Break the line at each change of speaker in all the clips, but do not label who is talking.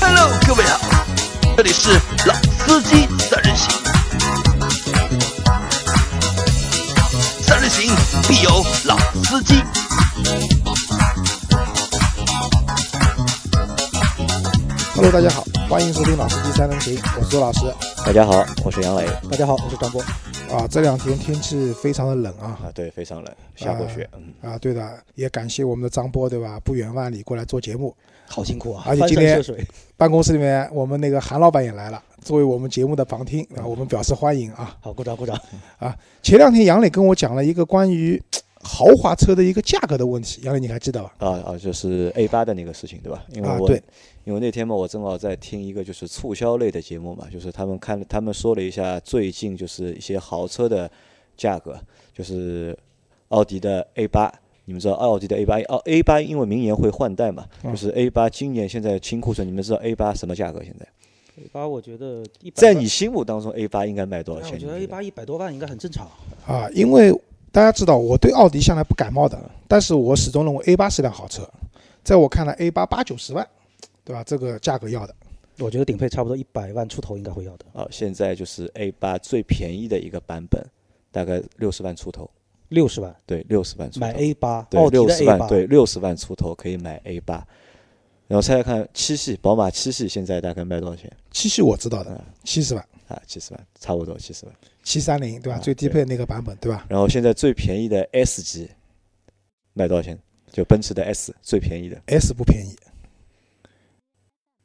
Hello，各位好，这里是老司机三人行，三人行必有老司机。
Hello，大家好，欢迎收听《老司机三人行》，我是周老师。
大家好，我是杨磊
大家好，我是张波。
啊，这两天天气非常的冷啊
啊，对，非常冷，下过雪，嗯，
啊，对的，也感谢我们的张波，对吧？不远万里过来做节目，
好辛苦啊
而且
翻
今
山
天
涉水，
办公室里面我们那个韩老板也来了，作为我们节目的旁听啊，我们表示欢迎啊。
好鼓掌鼓掌。
前两天杨磊跟我讲了一个关于豪华车的一个价格的问题，杨磊你还记得吧？
啊啊，就是 A 八的那个事情，对吧？因为
啊
我、
对
因为那天嘛，我正好在听一个就是促销类的节目嘛，就是他们看他们说了一下最近就是一些豪车的价格，就是奥迪的 A 八。你们知道奥迪的 A 八，哦 A 八因为明年会换代嘛，就
啊
嗯
是 A 八今年现在清库存，你们知道 A 八什么价格？现在
一八我觉得一
在你心目当中 A 八应该卖多少
我
钱？
觉得
你
一
觉得
八一百多万应该很正常。
啊，因为大家知道我对奥迪向来不感冒的，但是我始终认为 A 八是辆好车，在我看来 A 八八九十万，对吧？这个价格要的。
我觉得顶配差不多一百万出头应该会要的，
啊，现在就是 A 八最便宜的一个版本，大概六十万出头，
六十万
对，六十万出头，
买 A 八，
对，
奥迪
六
的
十
A
万，
八，
对，六十万出头可以买 A 八。然后猜猜看，七系，宝马七系现在大概卖多少钱？
七系我知道的
啊，
七十万，
啊，七十万，差不多七十万。
七三零对吧？
啊
最低配那个版本对吧？
然后现在最便宜的 S 级卖多少钱？就奔驰的 S 最便宜的，
S 不便宜。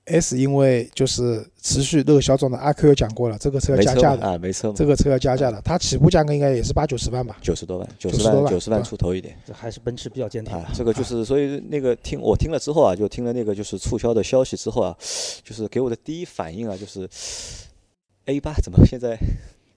S 因为就是持续热销中的阿 Q 也讲过了，这个车要
没
加
车
价
嘛
的，嗯
啊，没车嘛
这，个车要加价的，它起步价格应该也是八九十万吧？
九十多万，九
90
十
多
万，
万
九十万
对
出头一点。
这还是奔驰比较坚挺
啊，这个就是，所以那个听我听了之后啊，就听了那个就是促销的消息之后啊，就是给我的第一反应啊，就是 A 八怎么现在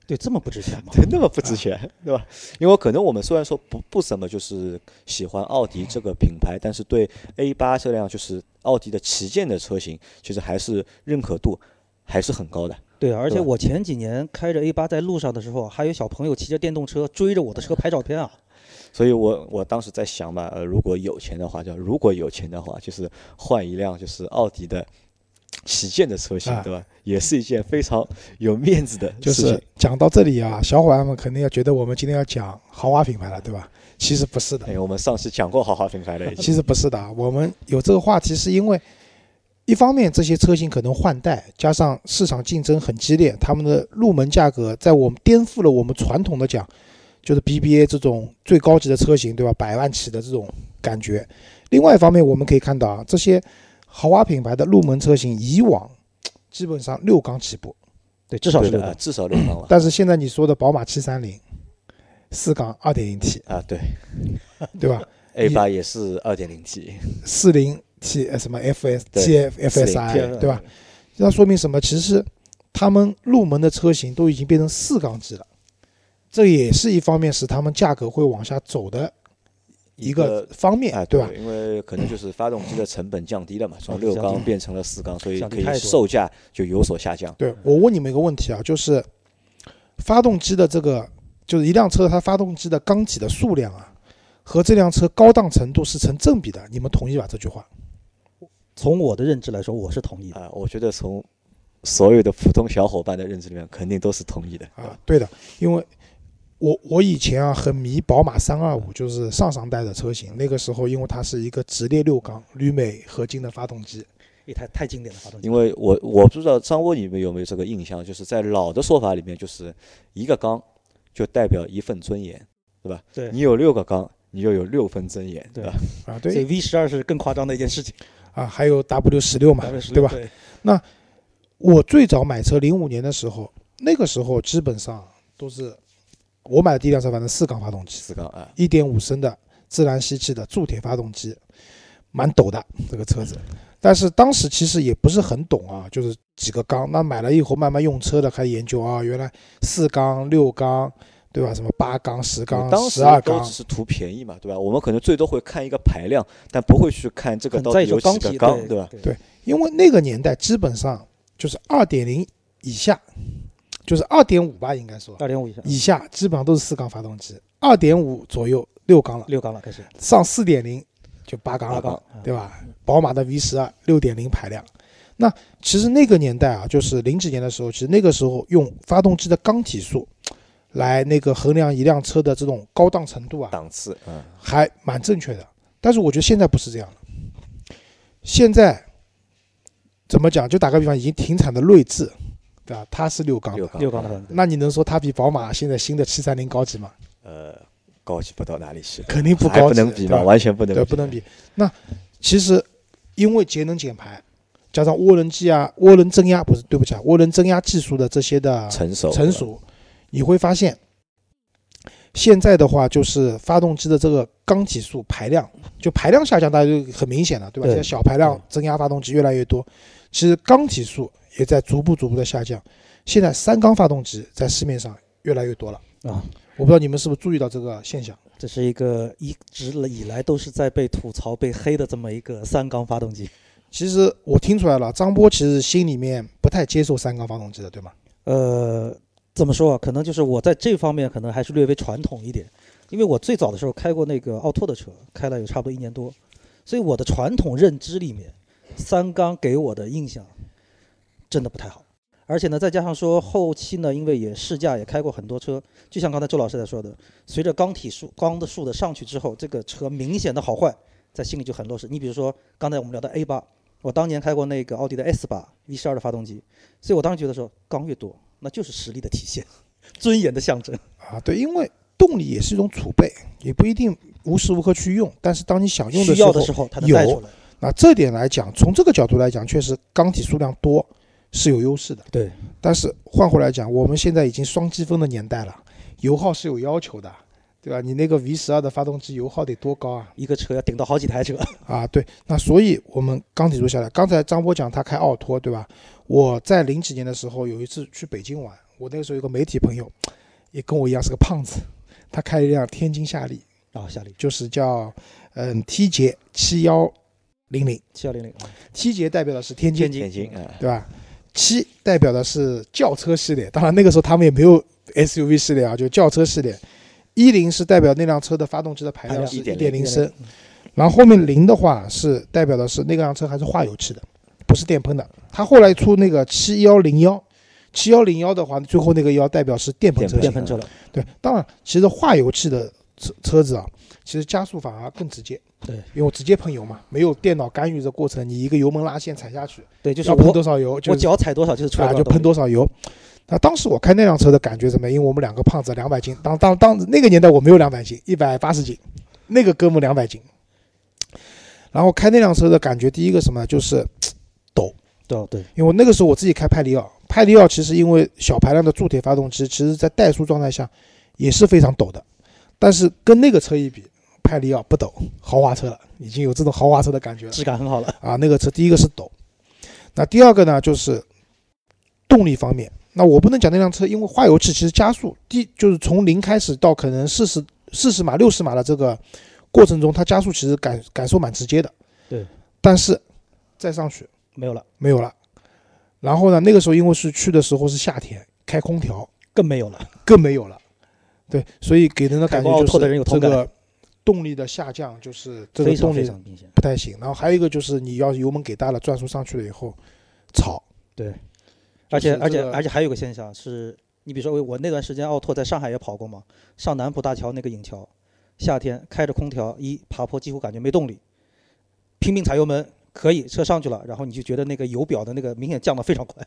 对，这么不值钱吗？
那么不值钱，对吧？因为可能我们虽然说不不怎么就是喜欢奥迪这个品牌，但是对 A 八这辆就是奥迪的旗舰的车型，其实还是认可度还是很高的。
对啊，而且
对吧
我前几年开着 A 八在路上的时候，还有小朋友骑着电动车追着我的车拍照片啊。
所以我我当时在想嘛，呃，如果有钱的话，叫如果有钱的话，就是换一辆就是奥迪的旗舰的车型，
啊
对吧？也是一件非常有面子的
就
事情。
是讲到这里啊，小伙伴们肯定要觉得我们今天要讲豪华品牌了，对吧？其实不是的，
哎，我们上期讲过豪华品牌 了，已经
其实不是的啊，我们有这个话题是因为，一方面这些车型可能换代，加上市场竞争很激烈，他们的入门价格在我们颠覆了我们传统的讲，就是 BBA 这种最高级的车型，对吧？百万起的这种感觉。另外一方面，我们可以看到啊，这些豪华品牌的入门车型以往基本上六缸起步，
对，至少
对
是
的
六
啊
的。
至少六缸吧。
但是现在你说的宝马七三零，四缸二点零 T，
啊，对
对吧？
，A 八也是二点零 T，
四零 T 呃什么 FS
对
TFSI 对吧？那说明什么？其实他们入门的车型都已经变成四缸机了，这也是一方面使他们价格会往下走的一个哎方面
啊，，
对吧？
因为可能就是发动机的成本降低了嘛，从
嗯
六
降
缸
低
变成了四缸，所以
降低
可以
太多
售价就有所下降。
对嗯我问你们一个问题啊，就是发动机的这个，就是一辆车它发动机的缸体的数量啊，和这辆车高档程度是成正比的，你们同意吧？这句话
从我的认知来说，我是同意的。
啊，我觉得从所有的普通小伙伴的认知里面，肯定都是同意的。对吧
啊，对的，因为。我我以前啊很迷宝马三二五，就是上上代的车型。那个时候，因为它是一个直列六缸铝镁合金的发动机，
一台太经典的发动机
因，为我我不知道张波你们有没有这个印象，就是在老的说法里面，就是一个缸就代表一份尊严，对吧？
对
你有六个缸，你就有六分尊严，
对
吧？
啊，对
所以 V 十二是更夸张的一件事情，
啊，还有 W 十六嘛
百分之，十
对
六
吧？我最早买车零五年的时候，那个时候基本上都是我买的第一辆车，反正四缸发动机，
四缸 啊，
一点五升的自然吸气的铸铁发动机，蛮陡的这个车子。但是当时其实也不是很懂啊，就是几个缸。那买了以后慢慢用车的开始研究啊，原来四缸、六缸，对吧？什么八缸、十缸、
当时
十二
都
缸
只，是图便宜嘛，对吧？我们可能最多会看一个排量，但不会去看这个
很
到
在
底
意
有
说
几
钢
个缸，
体，
对吧？？
对因为那个年代基本上就是二点零以下，就是二点五吧，应该说
二点五以下，
以下基本上都是四缸发动机，二点五左右六缸了，
六缸了开始，
上四点零就八缸
八
了，
缸
啊
对吧？宝马的 V 十二六点零排量，那其实那个年代啊，就是零几年的时候，其实那个时候用发动机的缸体数来那个衡量一辆车的这种高档程度啊，
档次，嗯，
还蛮正确的。但是我觉得现在不是这样了。现在怎么讲？就打个比方，已经停产的锐志，对吧？它是六缸
六啊
的，
缸，
六缸的版本，
那你能说它比宝马现在新的七三零高级吗？
呃，高级不到哪里去，
肯定不
还
高级，
不能比
对
嘛，
吧
完全不能，
对，不能。比。那其实因为节能减排，加上涡轮机啊、涡轮增压，不是对不起啊，涡轮增压技术的这些的
成熟，
成，熟，你会发现，现在的话就是发动机的这个缸体数排量，就排量下降，大家就很明显了，对吧？
对
现在小排量增压发动机越来越多，其实缸体数也在逐步逐步的下降。现在三缸发动机在市面上越来越多了
啊，
我不知道你们是不是注意到这个现象。
这是一个一直以来都是在被吐槽、被黑的这么一个三缸发动机。
其实我听出来了，张波其实心里面不太接受三缸发动机的，对吗？
呃，怎么说啊？可能就是我在这方面可能还是略微传统一点，因为我最早的时候开过那个奥拓的车，开了有差不多一年多，所以我的传统认知里面，三缸给我的印象真的不太好。而且呢，再加上说后期呢，因为也试驾也开过很多车，就像刚才周老师在说的，随着缸体数缸的数的上去之后，这个车明显的好坏在心里就很落实。你比如说刚才我们聊的 A 八，我当年开过那个奥迪的 S 八 V 十二的发动机，所以我当时觉得说，缸越多，那就是实力的体现， 尊严的象征。
啊，对，因为动力也是一种储备，也不一定无时无刻去用，但是当你想用的
需
时
要
候，
的时候，它能带出来。
那这点来讲，从这个角度来讲，确实缸体数量多是有优势的。
对，
但是换回来讲，我们现在已经双积分的年代了，油耗是有要求的，对吧？你那个 V 十二的发动机油耗得多高啊？
一个车要顶到好几台车。
啊，对，那所以我们刚提出下来，刚才张波讲他开奥拓，对吧？我在零几年的时候有一次去北京玩，我那个时候有个媒体朋友，也跟我一样是个胖子，他开了一辆天津夏利，
然啊后夏利
就是叫嗯 T 捷七幺零零
七幺零零，
，T 捷代表的是天津，
天津
天津，嗯，
对吧？七代表的是轿车系列，当然那个时候他们也没有 SUV 系列啊，就轿车系列。一零是代表那辆车的发动机的排
排
量
量
是一
1.0
点零升，然后后面零的话是代表的是那辆车还是化油器的，不是电喷的。它后来出那个七幺零幺，七幺零幺的话，最后那个幺代表是电喷车型
对
电。喷车了。
对，当然，其实化油器的车车子啊，其实加速反而更直接。
对
因为我直接喷油嘛，没有电脑干预的过程，你一个油门拉线踩下去，
对，就是
要喷
我
多少油，就
我
是
脚踩多少就是出来
啊，
多
就
少
喷
东
多少油。那当时我开那辆车的感觉怎么样？因为我们两个胖子，两百斤。当当当，那个年代我没有两百斤，一百八十斤，那个哥们两百斤。然后开那辆车的感觉，第一个什么呢？就是
西。对对，
因为我那个时候我自己开派力奥，派力奥其实因为小排量的铸铁发动机，其实在怠速状态下也是非常抖的，但是跟那个车一比，派力奥不抖，豪华车了，已经有这种豪华车的感觉了。
质感很好了。
啊，那个车第一个是抖，那第二个呢就是动力方面。那我不能讲那辆车，因为化油器其实加速第就是从零开始到可能四十四十码、六十码的这个过程中，它加速其实感感受蛮直接的。
对，
但是再上去
没有了，
没有了。然后呢，那个时候因为是去的时候是夏天，开空调
更没有了。
更没有了。对，所以给人的
开
感
过
觉
奥拓
就
的人
是
有
这
同感
个动力的下降，就是这个
非常
动力
非常明显。
不太行。然后还有一个就是你要是油门给大了，转速上去了以后，吵。
而且
就是
而且
这个
而且还有个现象是，你比如说哎我那段时间奥拓在上海也跑过嘛，上南浦大桥那个引桥，夏天开着空调，一爬坡几乎感觉没动力，拼命踩油门可以，车上去了，然后你就觉得那个油表的那个明显降得非常快。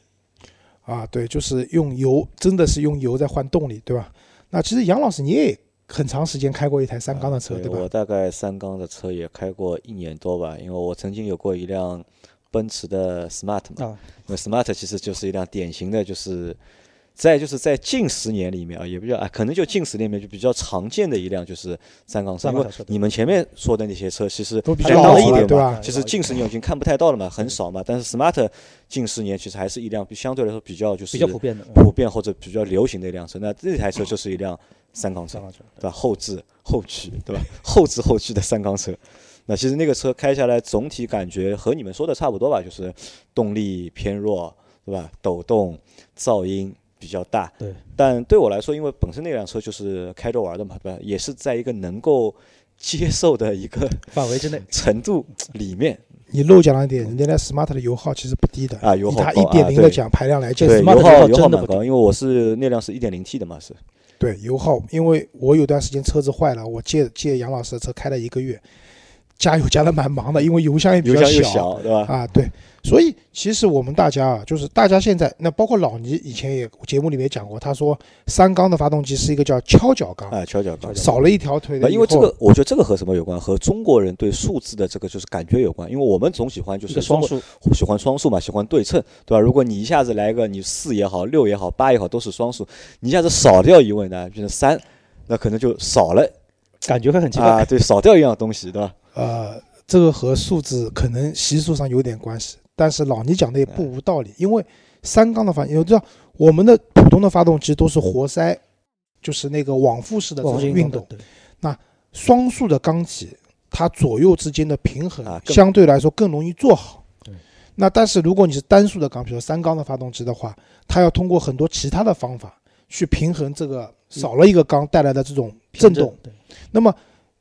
啊，对，就是用油，真的是用油在换动力，对吧？那其实杨老师你也很长时间开过一台三缸的车，
对
对吧？
我大概三缸的车也开过一年多吧，因为我曾经有过一辆奔驰的 Smart 嘛，
啊，
那 Smart 其实就是一辆典型的，就是在就是在近十年里面啊，也比较啊，可能就近十年里面就比较常见的一辆就是三缸车，
三
因
缸
为
车对
你们前面说的那些车其实
都比
较
偏
老
老
了
一点
对
嘛
吧
其实近十年已经看不太到了嘛，很少嘛。但是 Smart 近十年其实还是一辆比相对来说比较就是
比较普遍的。嗯
普遍或者比较流行的一辆车。那这台车就是一辆三缸车
三，缸车
对吧？后置后驱，对吧？ 后置后驱的三缸车。那其实那个车开下来，总体感觉和你们说的差不多吧，就是动力偏弱，对吧？抖动、噪音比较大。
对。
但对我来说，因为本身那辆车就是开着玩的嘛，对吧？也是在一个能够接受的一个
范围之内，
程度里面，
你漏讲了一点，人家那 smart 的油耗其实不低的
啊油
以
耗
它
高
一
啊
点零的
对
讲排量来讲，
对，
smart
油
的油耗
耗油
真
耗
的
蛮
不
高，因为我是那辆是一点零 T 的嘛，是
对油耗，因为我有段时间车子坏了，我借借杨老师的车开了一个月，加油加的蛮忙的，因为油箱也比
油
较
箱又小，对吧？
啊，对，所以其实我们大家啊，就是大家现在那包括老倪以前也节目里面也讲过，他说三缸的发动机是一个叫敲脚缸，
啊，敲脚缸。
少了一条腿的
不
以
呃因
后，
为这个，我觉得这个和什么有关？和中国人对数字的这个就是感觉有关。因为我们总喜欢就
一
是
个双
中
数，
国喜欢双数嘛，喜欢对称，对吧？如果你一下子来个你四也好，六也好，八也好，都是双数，你一下子少掉一位呢，变成三，那可能就少了
感觉会很奇怪。
啊，对，少掉一样东西，对吧？
呃，这个和数字可能习俗上有点关系，但是老倪讲的也不无道理，因为三缸的发，我知道我们的普通的发动机都是活塞，就是那个往复式的这
网
种
红
运
动
动，
的对
双速的缸体，它左右之间的平衡
啊更
相对来说更容易做好
对。
那但是如果你是单速的缸，比如说三缸的发动机的话，它要通过很多其他的方法去平衡这个少了一个缸带来的这种
嗯
震动。，
对
那么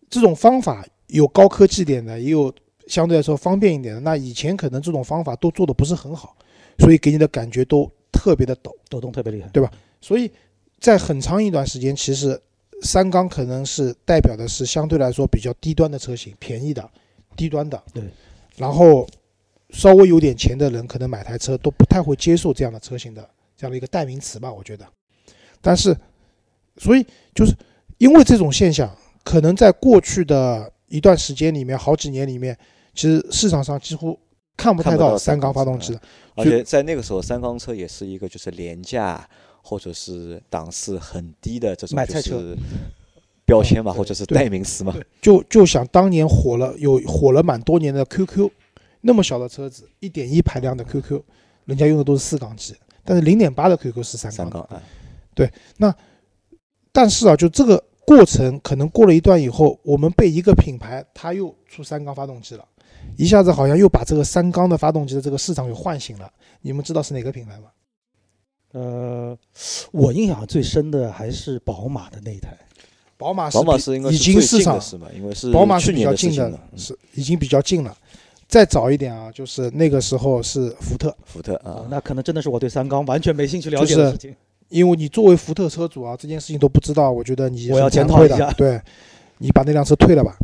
这种方法有高科技点的，也有相对来说方便一点的。那以前可能这种方法都做的不是很好，所以给你的感觉都特别的抖。
抖动特别厉害。
对所以在很长一段时间，其实三缸可能是代表的是相对来说比较低端的车型，便宜的、低端的。
对。
然后稍微有点钱的人，可能买台车都不太会接受这样的车型的这样的一个代名词吧，我觉得。但是，所以就是因为这种现象，可能在过去的一段时间里面，好几年里面，其实市场上几乎看不太
看不
到
到
三缸
三缸
发动机了。
而
就
且在那个时候，三缸车也是一个就是廉价或者是档次很低的这种
买
就
菜车
是标签嘛，
嗯对
或者是
对
代名词嘛。
啊就就想当年火了有火了蛮多年的 QQ，那么小的车子，一点一排量的 QQ，人家用的都是四缸机，但是零点八的 QQ 是三
三
缸的。
缸啊，
但是啊，就这个过程，可能过了一段以后，我们被一个品牌它又出三缸发动机了，一下子好像又把这个三缸的发动机的这个市场给唤醒了。你们知道是哪个品牌吗？
呃，我印象最深的还是宝马的那一台，
宝马是
宝马
比
是应该
已
是
经
最
市
近
场
的是嘛？因为是
宝马是
去
比
年
较
的事
近
情
的
了，，嗯
是已经比较近了。再早一点啊，就是那个时候是福特，
福特
啊
啊，
哦
那可能真的是我对三缸完全没兴趣了解的事情。
因为你作为福特车主啊，这件事情都不知道，我觉得你
我要
很
检
惭
讨
愧
一下
的。对，你把那辆车退了吧。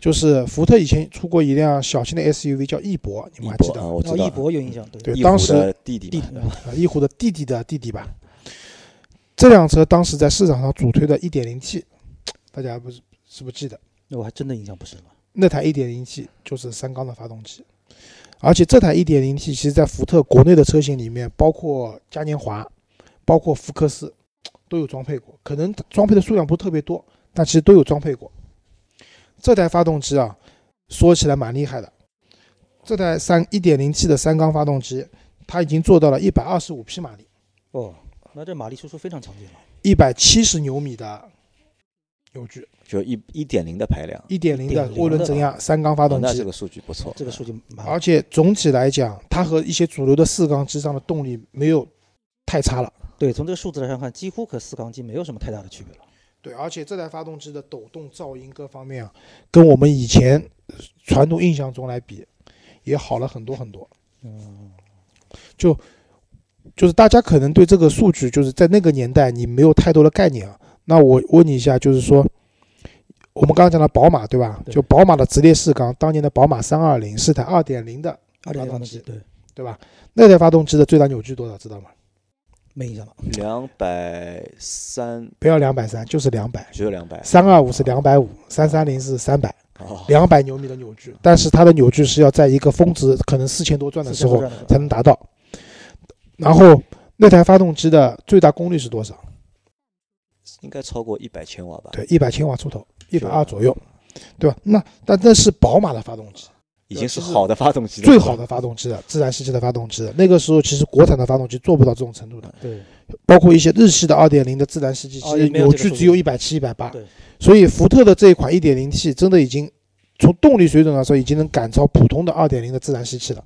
就是福特以前出过一辆小型的 SUV 叫翼博，你
一
们还记
博
得
啊，
吗？
我知
哦，
道
翼，博有印象，对，
对
翼，
当
虎
时
的弟弟
弟
嘛
弟，嘛
啊翼虎的弟弟的弟弟吧。这辆车当时在市场上主推的 1.0T，大家不是是不是记得？
那我还真的印象不深了。
那台 1.0T 就是三缸的发动机，而且这台 1.0T 其实在福特国内的车型里面，包括嘉年华、包括福克斯都有装配过，可能装配的数量不是特别多，但其实都有装配过。这台发动机啊，说起来蛮厉害的。这台三 1.0T 的三缸发动机，它已经做到了125匹马力、
哦，那这马力输出非常强劲了。
170牛米的扭矩
就一一点零的排量，
，1.0的
1.0
涡轮增压三缸发
哦
动
那
机
这，个数据不错，
这个数据蛮
而且总体来讲，它和一些主流的四缸机上的动力没有太差了。
对，从这个数字上看，几乎和四缸机没有什么太大的区别了。
对，而且这台发动机的抖动、噪音各方面啊，跟我们以前呃传统印象中来比，也好了很多很多。
嗯，
就是大家可能对这个数据，就是在那个年代你没有太多的概念啊。那我问你一下，就是说，我们刚刚讲到宝马对吧？
对
就宝马的直列四缸，当年的宝马三二零是台二点零的
二点
发
零
动
发动
机
机，对，
对吧？那台发动机的最大扭矩多少知道吗？
没印象了。
两百三
不要两百三，就是两百。
只有两百，
三二五是两百五，三三零是三百，
哦
两百牛米的扭矩，但是它的扭矩是要在一个峰值可能四千多转的时候才能达到。然后那台发动机的最大功率是多少？
应该超过一百千瓦吧，
对，一百千瓦出头，一
是
百
吧
二左右，对吧？那但那是宝马的发动机，
已经是
就是
好的发动机了，
最好的发动机了，自然吸气的发动机了。那个时候其实国产的发动机做不到这种程度的，
对，
包括一些日系的二点零的自然吸气，其
哦
实
也没有
扭
这个
矩
数
只有一百七、一百八
对。
所以福特的这一款一点零 T 真的已经从动力水准来说，已经能赶超普通的二点零的自然吸气了。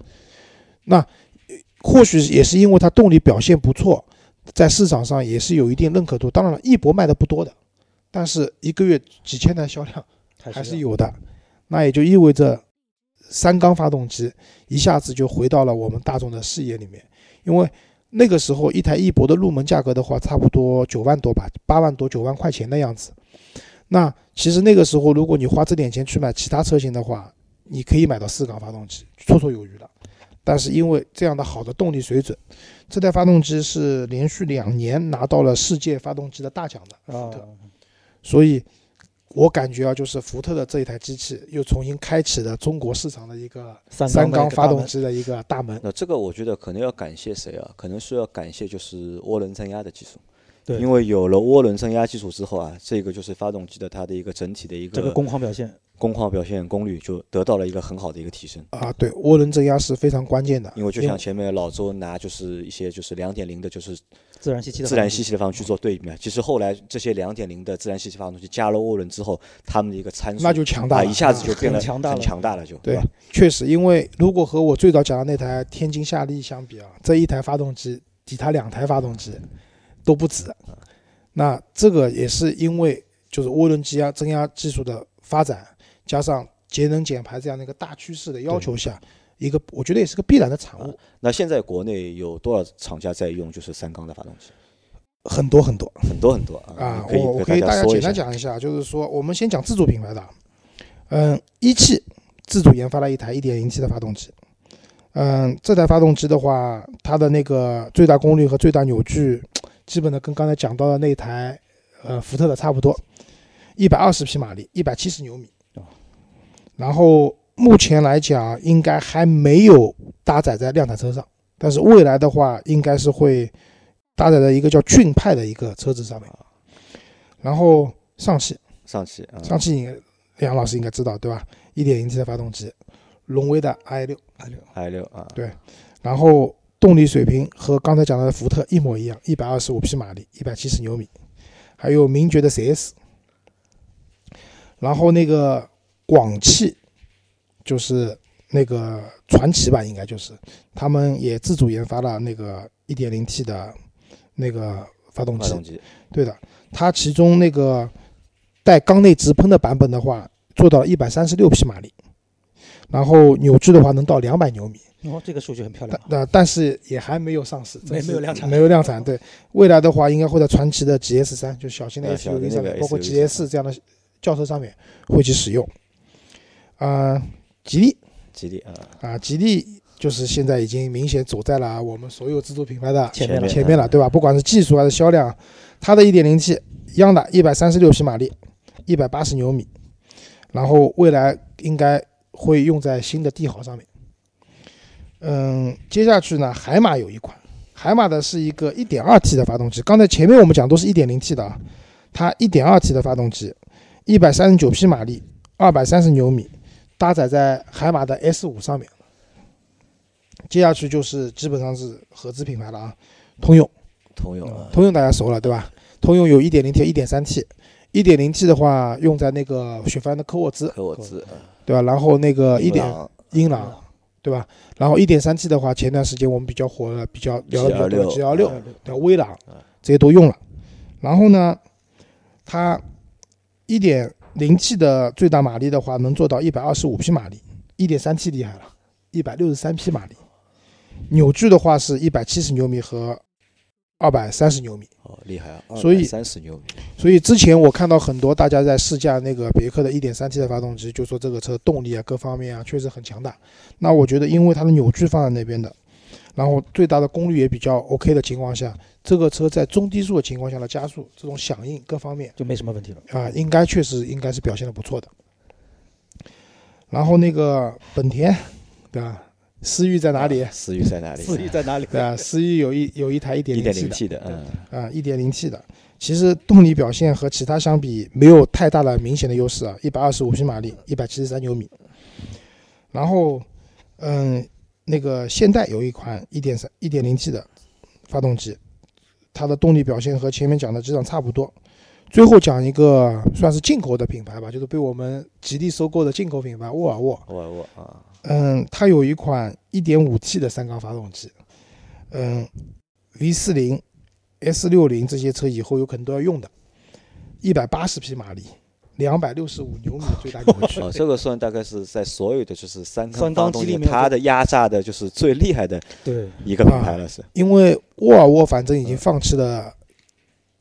那呃或许也是因为它动力表现不错，在市场上也是有一定认可度。当然了，翼博卖的不多的，但是一个月几千台销量
还
还
是
是
有。
有的。那也就意味着三缸发动机一下子就回到了我们大众的视野里面，因为那个时候一台翼博的入门价格的话，差不多九万多吧，八万多九万块钱的样子。那其实那个时候，如果你花这点钱去买其他车型的话，你可以买到四缸发动机，绰绰有余了。但是因为这样的好的动力水准，这台发动机是连续两年拿到了世界发动机的大奖的，
啊，
所以我感觉啊，就是福特的这一台机器又重新开启了中国市场的一个
三
三缸发动
机
机的一个大门。
那这个我觉得可能要感谢谁啊？可能是要感谢就是涡轮增压的技术，
对
因为有了涡轮增压技术之后啊，这个就是发动机的它的一个整体的一
这个
个
工况表现，
工况表现功率就得到了一个很好的一个提升。
啊，对，涡轮增压是非常关键的，
因为就像前面老周拿就是一些就是两点零的，就是
自然吸气的
自然
发动
吸
机
气的方式去做对比嘛。其实后来这些两点零的自然吸气发动机加了涡轮之后，它们的一个参数
那就强大
啊
了，
一下子
啊
就 变得
很强大了
很强大了就，
对
吧？，
确实，因为如果和我最早讲的那台天津夏利相比啊，这一台发动机抵它两台发动机都不止。那这个也是因为就是涡轮机压啊增压技术的发展，加上节能减排这样的一个大趋势的要求下，一个我觉得也是个必然的产物，
那现在国内有多少厂家在用就是三缸的发动机？
很多很多
很多很多
啊
你。可
我我
以给
可以
大
大
家
概
说
简
一下
单。讲一下，就是说我们先讲自主品牌的啊，嗯，一汽自主研发了一台 1.0T 的发动机。嗯，这台发动机的话，它的那个最大功率和最大扭矩，基本的跟刚才讲到的那台呃福特的差不多，一百二十匹马力，一百七十牛米
哦。
然后目前来讲，应该还没有搭载在量产车上，但是未来的话，应该是会搭载在一个叫骏派的一个车子上面。然后上汽，
上汽啊，
上汽应梁老师应该知道对吧？一点零 T 的发动机，荣威的 i 六，
i 六啊，
对然后动力水平和刚才讲到的福特一模一样，一百二十五匹马力，一百七十牛米，还有名爵的 CS，然后那个广汽就是那个传奇吧，应该就是他们也自主研发了那个一点零 T 的那个发动
发
机，
动机
对的，它其中那个带缸内直喷的版本的话，做到一百三十六匹马力，然后扭矩的话能到两百牛米，
哦，这个数据很漂
但
亮啊，
但但是也还没有上市，这
没
是
没有量产
没有量产。对，未来的话应该会在传奇的 GS 三，就小型的
呃小型
SUV
那
上
个
面，包括
SUV
GS 这样的轿车上面会去使用。啊、吉利
吉利啊，
啊、吉利就是现在已经明显走在了我们所有自主品牌的
前面了
前面了，对吧？不管是技术还是销量，它的 1.0T 一样的，一百三十六匹马力，一百八十牛米，然后未来应该会用在新的帝豪上面。嗯，接下去呢，海马有一款，海马的是一个 1.2T 的发动机，刚才前面我们讲都是 1.0T 的啊，它 1.2T 的发动机，一百三十九匹马力，二百三十牛米，搭载在海马的 S 5上面。接下去就是基本上是合资品牌了啊，通用，
通用啊，
通用大家熟了对吧？通用有 1.0T、1.3T。1.0T 的话，用在那个雪佛兰的科沃兹，
科沃兹啊，
对吧？然后那个嗯呃一
英
点
朗嗯
英朗，对吧？然后 1.3T 的话，前段时间我们比较火了，比较聊的比较多
G
G
2
L
六
6对，威朗
啊
这些都用了。然后呢，它一点零 T 的最大马力的话，能做到一百二十五匹马力，一点三 T 厉害了，一百六十三匹马力。扭矩的话是一百七十牛米和二百三十牛米。
哦，厉害啊，
所以
三十牛米，
所以之前我看到很多大家在试驾那个别克的 1.3T 的发动机，就说这个车动力啊各方面啊确实很强大。那我觉得因为它的扭矩放在那边的，然后最大的功率也比较 OK 的情况下，这个车在中低速的情况下的加速，这种响应各方面
就没什么问题了。
啊、应该确实应该是表现的不错的。然后那个本田，对吧？思域在哪里
啊？思域在哪里？
四力在哪里？
对吧？思域有一有一台
一点
1.0T
零
的，
T 的，嗯，
啊，一点零 T 的，其实动力表现和其他相比没有太大的明显的优势啊，一百二十五匹马力，一百七十三牛米。然后，嗯，那个现代有一款一点三一点零 T 的发动机，它的动力表现和前面讲的几款差不多。最后讲一个算是进口的品牌吧，就是被我们吉利收购的进口品牌沃尔沃。
沃尔沃啊，。
嗯，它有一款 1.5T 的三缸发动机，嗯，V40、S60 这些车以后有可能都要用的，180匹马力，两百六十五牛米的最大扭矩
哦，这个算大概是在所有的就是三
三
缸
缸
发动
机里
机
面
它的压榨的就是最厉害的
对，
一
啊
个品牌了，是。
因为沃尔沃反正已经放弃了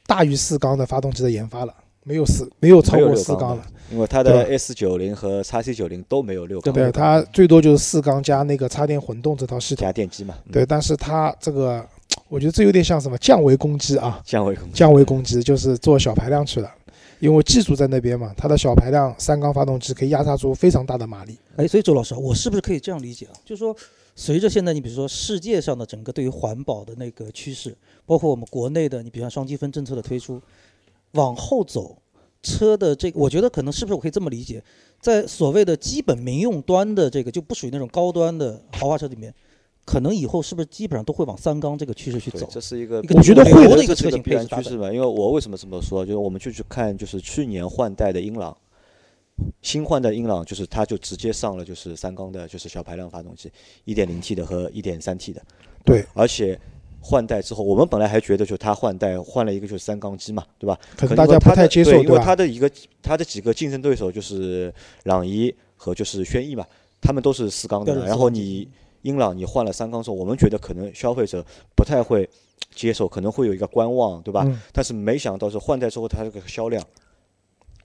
大于四缸的发动机的研发了，没有四没有超
没有
过
六
四缸
缸
了，
因为它的
对
S 九零和 x C 九零都没有六缸
对它最多就是四缸加那个插电混动这套系统。
加电机嘛，嗯
对，但是它这个，我觉得这有点像什么降维攻击啊，
降维攻击。
降维攻击就是做小排量去了，因为技术在那边嘛，它的小排量三缸发动机可以压榨出非常大的马力。
哎，所以周老师啊，我是不是可以这样理解啊？就是说，随着现在你比如说世界上的整个对于环保的那个趋势，包括我们国内的，你比方双积分政策的推出，往后走，车的这个，我觉得可能是不是我可以这么理解，在所谓的基本民用端的这个就不属于那种高端的豪华车里面，可能以后是不是基本上都会往三缸这个趋势去
对
走？
这是一个
一个
我觉得
主
会
流
的
的一个
这
车
是
型
必
配
然
置
趋
搭配
势。吧。因为我为什么这么说？就是我们就去看，就是去年换代的英朗，新换代英朗，就是它就直接上了就是三缸的，就是小排量发动机，一点零 T 的和一点三 T 的。
对，
而且换代之后，我们本来还觉得就它换代换了一个就是三缸机嘛，对吧？
可能
因
大
为
家
它
不太
的
接受
对，因
对
为
吧
它的一个它的几个竞争对手就是朗逸和就是轩逸嘛，他们都是四缸的
标
嘛，
准
然
四
后
缸
你英朗你换了三缸之后，我们觉得可能消费者不太会接受，可能会有一个观望，对吧？
嗯
但是没想到是换代之后，它这个销量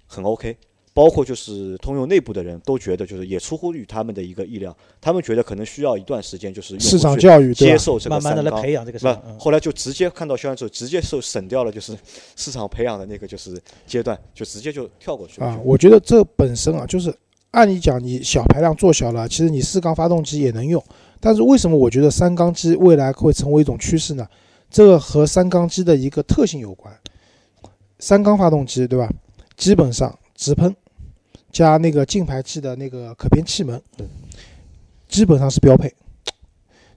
很 OK，包括就是通用内部的人都觉得，就是也出乎于他们的一个意料，他们觉得可能需要一段时间，就是用户
市场
去
教育对
接
吧？
受这个
慢慢的
三
来
缸。
培养这个市
那
场。嗯
后来就直接看到销量之后，直接就省掉了就是市场培养的那个就是阶段，就直接就跳过去了。
啊，我觉得这本身啊，就是按理讲你小排量做小了，其实你四缸发动机也能用。但是为什么我觉得三缸机未来会成为一种趋势呢？这个和三缸机的一个特性有关。三缸发动机对吧？基本上直喷加那个进排气的那个可变气门，基本上是标配，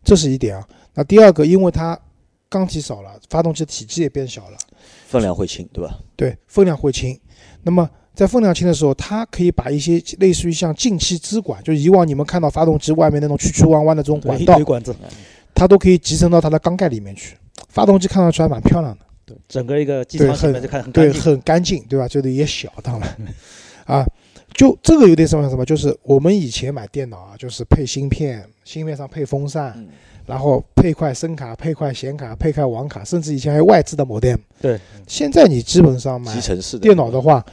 这是一点啊。那第二个，因为它缸体少了，发动机体积也变小了。
分量会轻，对吧？
对，分量会轻。那么在分量轻的时候，它可以把一些类似于像进气支管，就以往你们看到发动机外面那种曲曲弯弯的这种
对
管
一
道
堆，管
嗯
子，
它都可以集成到它的缸盖里面去。发动机看上去还蛮漂亮的，
对，整个一个机
对
舱里面
很
就看很干
对，
净。
很干净，对吧？这里也小，当然， 啊，就这个有点像什么，就是我们以前买电脑啊，就是配芯片，芯片上配风扇，
嗯，
然后配块声卡、配块显卡、配块网卡，甚至以前还有外置的 modem。
对，
现在你基本上买
集成式的
电脑的话，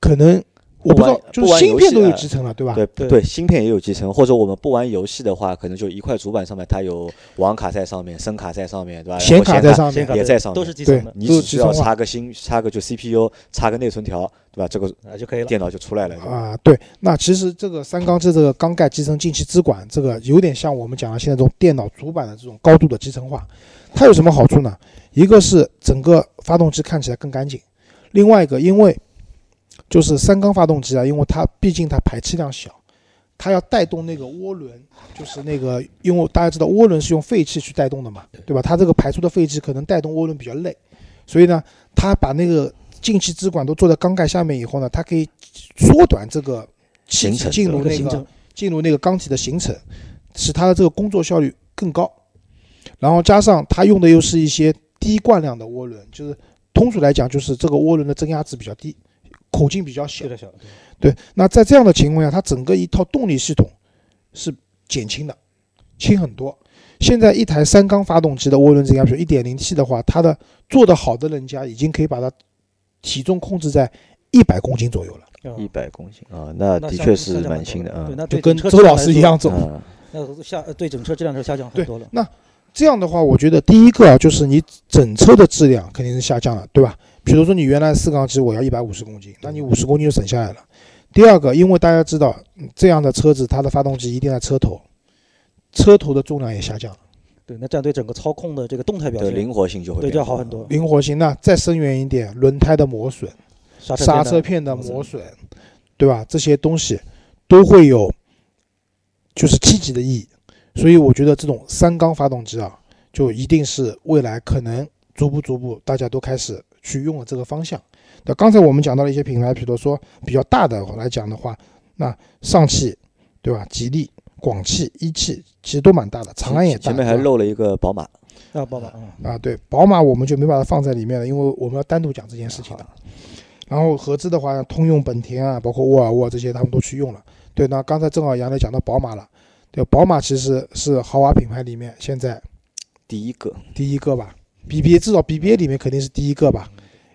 可能我不知道
不玩，
就
不
是
玩
芯片
游戏
都有
啊
集成了，对吧？
对
对
芯片也有集成，或者我们不玩游戏的话，可能就一块主板上面它有网卡在上面，声卡在上面，对吧？然后
显卡在上
显
面
卡，
也在上面
都是集
对
成的，
你
都
只
是
需
集
要
成化
插个芯，插个就 CPU，插个内存条，对吧？这个
啊就可以了。
电脑就出来了。对吧
啊，对。那其实这个三缸这这个缸盖集成进气支管，这个有点像我们讲的现在这种电脑主板的这种高度的集成化。它有什么好处呢？一个是整个发动机看起来更干净，另外一个因为就是三缸发动机啊，因为它毕竟它排气量小，它要带动那个涡轮，就是那个因为大家知道涡轮是用废气去带动的嘛，对吧？它这个排出的废气可能带动涡轮比较累，所以呢，它把那个进气支管都做在缸盖下面以后呢，它可以缩短这个气
行
体
程
进
对
入
吧
一个
那
行程
个进入那个缸体的行程，使它的这个工作效率更高。然后加上它用的又是一些低惯量的涡轮，就是通俗来讲，就是这个涡轮的增压值比较低，口径比较小
有。点小，对
对，那在这样的情况下，它整个一套动力系统是减轻的，轻很多。现在一台三缸发动机的涡轮增压比如一点零 T 的话，它的做得好的人家已经可以把它体重控制在一百公斤左右了，
嗯
一百公斤啊，
呃
那
那
的确
下降
是
下降
蛮
很多
轻的
了
啊
对，。那
嗯就
对
跟
整车
周
质量
老
来
师一
说
样重。
嗯，
那下呃对整车质量是下降很
对
多了。
这样的话，我觉得第一个啊，就是你整车的质量肯定是下降了，对吧？比如说你原来四缸机我要一百五十公斤，那你五十公斤就省下来了。第二个，因为大家知道嗯这样的车子它的发动机一定在车头，车头的重量也下降了，
对，那这样对整个操控的这个动态表
对，
现，
灵活性就会
对
变
就要好很多。
灵活嗯性。那再深远一点，轮胎的磨损、
刹车啊
刹
刹
车片的磨损，对吧？这些东西都会有就是积极的意义。所以我觉得这种三缸发动机啊，就一定是未来可能逐步逐步大家都开始去用了这个方向。那刚才我们讲到了一些品牌，比如说比较大的来讲的话，那上汽对吧？吉利、广汽、一汽其实都蛮大的，长安也大。
前面还
对吧
漏了一个宝马，
啊，宝马，嗯
啊，对，宝马我们就没把它放在里面了，因为我们要单独讲这件事情的。然后合资的话，通用、本田啊，包括沃尔沃这些，他们都去用了。对，那刚才正好杨磊讲到宝马了，对，宝马其实是豪华品牌里面现在
第一个，
第一个吧，BBA 至少 BBA 里面肯定是第一个吧，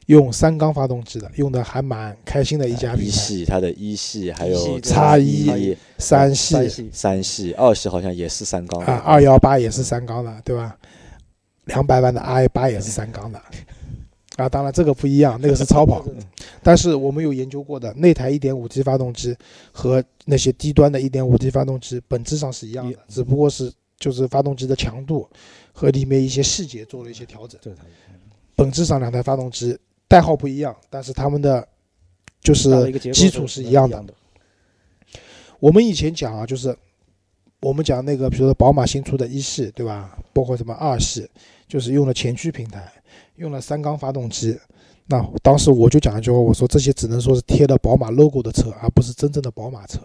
用三缸发动机的，用的还蛮开心的一家品牌。
一呃系它的一系还
一系
有
对
叉一
一、
三系
三系
三系、二系好像也是三缸的
啊，二幺八也是三缸的，对吧？两百万的 i 八也是三缸的，啊，当然这个不一样，那个是超跑。但是我们有研究过的，那台 1.5T 发动机和那些低端的 1.5T 发动机本质上是一样的，只不过是就是发动机的强度和里面一些细节做了一些调整。
对它
本质上两台发动机代号不一样，但是它们的就
搭了
是
一个结构
基础是一样的。
的。
我们以前讲啊，就是我们讲那个，比如说宝马新出的一系，对吧？包括什么二系，就是用了前驱平台，用了三缸发动机。那当时我就讲一句话，我说这些只能说是贴了宝马 logo 的车，而不是真正的宝马车。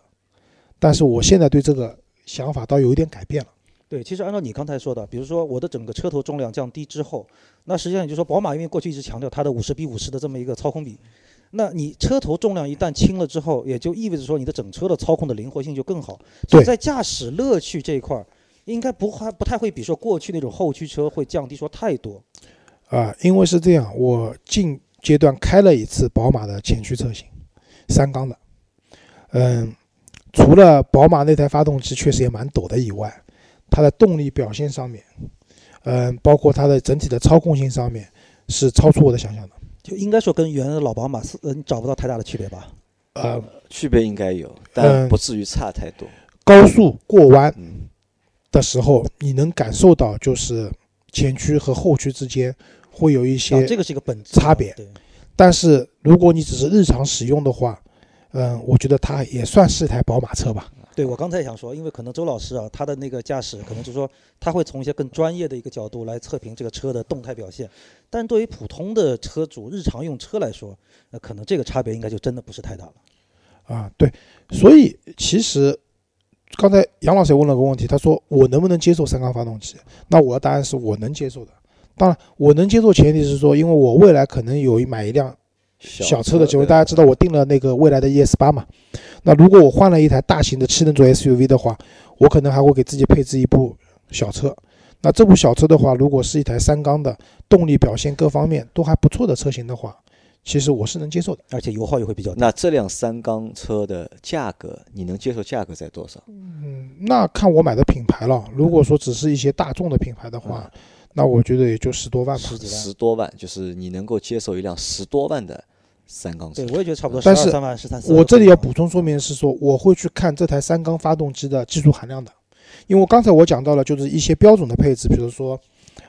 但是我现在对这个想法倒有一点改变了。
对，其实按照你刚才说的，比如说我的整个车头重量降低之后，那实际上也就是说，宝马因为过去一直强调它的五十比五十的这么一个操控比，
嗯
那你车头重量一旦轻了之后，也就意味着说你的整车的操控的灵活性就更好，所
对
以在驾驶乐趣这一块儿，应该不还不太会比说过去那种后驱车会降低说太多。
啊、因为是这样，我近阶段开了一次宝马的前驱车型，三缸的。嗯，除了宝马那台发动机确实也蛮抖的以外，它的动力表现上面，嗯，包括它的整体的操控性上面，是超出我的想象的。
就应该说跟原来的老宝马是嗯、你找不到太大的区别吧？
呃，
区别应该有，
嗯
但不至于差太多。
高速过弯
嗯，
的时候，你能感受到就是前驱和后驱之间会有一
啊
些，
这个是一个本质
差
的
别
对，
但是如果你只是日常使用的话，嗯，我觉得它也算是一台宝马车吧。
对我刚才也想说，因为可能周老师啊，他的那个驾驶，可能就是说他会从一些更专业的一个角度来测评这个车的动态表现，但对于普通的车主日常用车来说，那可能这个差别应该就真的不是太大了。
啊，对，所以其实刚才杨老师也问了个问题，他说我能不能接受三缸发动机？那我的答案是我能接受的。当然，我能接受前提是说，因为我未来可能有一买一辆小车的情况，大家知道我订了那个未来的 ES 八嘛。那如果我换了一台大型的七人座 SUV 的话，我可能还会给自己配置一部小车。那这部小车的话，如果是一台三缸的，动力表现各方面都还不错的车型的话，其实我是能接受的。
而且油耗也会比较低。
那这辆三缸车的价格，你能接受价格在多少？
嗯那看我买的品牌了。如果说只是一些大众的品牌的话，那我觉得也就十多万吧。
十几万，
十多万，就是你能够接受一辆十多万的三缸车
对。我也觉得差不多十
但
二
是
三万、十三四。
我这里要补充说明是说，我会去看这台三缸发动机的技术含量的，因为刚才我讲到了，就是一些标准的配置，比如说，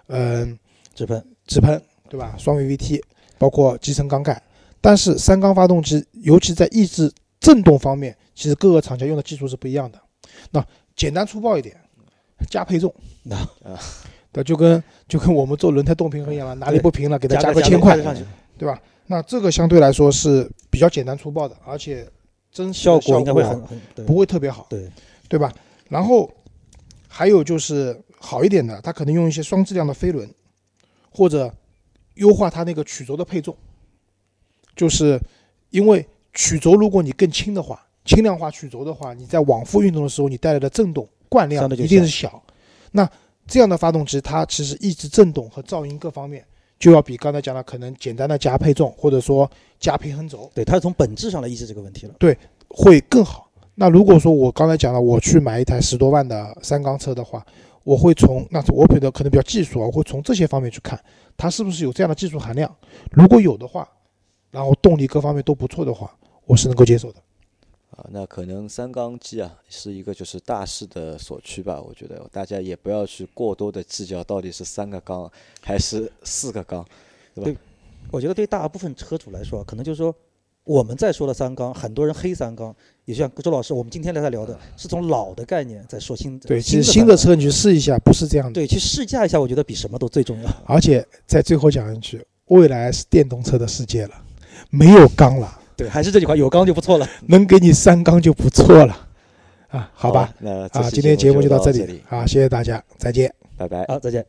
嗯、
直喷，
直喷，对吧？双 VVT，包括集成缸盖。但是三缸发动机，尤其在抑制震动方面，其实各个厂家用的技术是不一样的。那简单粗暴一点，加配重。
那
对，就跟就跟我们做轮胎动平衡一样了，哪里不平了，给它
加
个
加
千块
加，上去，
对吧？那这个相对来说是比较简单粗暴的，而且真实
效
的
果应该会很很对
嗯不会特别好，
对
对吧？然后还有就是好一点的，它可能用一些双质量的飞轮，或者优化它那个曲轴的配重，就是因为曲轴如果你更轻的话，轻量化曲轴的话，你在往复运动的时候，你带来的震动惯量
相对就
一定
小
是小。那这样的发动机，它其实抑制震动和噪音各方面，就要比刚才讲的可能简单的加配重或者说加平衡轴
对，它是从本质上来抑制这个问题了。
会更好。那如果说我刚才讲了，我去买一台十多万的三缸车的话，我会从那我觉得可能比较技术啊，我会从这些方面去看，它是不是有这样的技术含量。如果有的话，然后动力各方面都不错的话，我是能够接受的。
啊，那可能三缸机啊是一个就是大势的所趋吧，我觉得大家也不要去过多的计较到底是三个缸还是四个缸，
我觉得对大部分车主来说，可能就是说，我们在说了三缸，很多人黑三缸，也就像周老师，我们今天在聊的是从老的概念在说新
对，其
新
实新
的三
的
缸
车你去试一下，不是这样的。
对去试驾一下，我觉得比什么都 最重要。
而且在最后讲一句，未来是电动车的世界了，没有缸了，
对，还是这句话，有缸就不错了。
能给你三缸就不错了，啊，好吧，，
那这
啊，
期
今天节目就
到
到这
里
里，，好，谢谢大家，再见。
拜拜。
好，再见。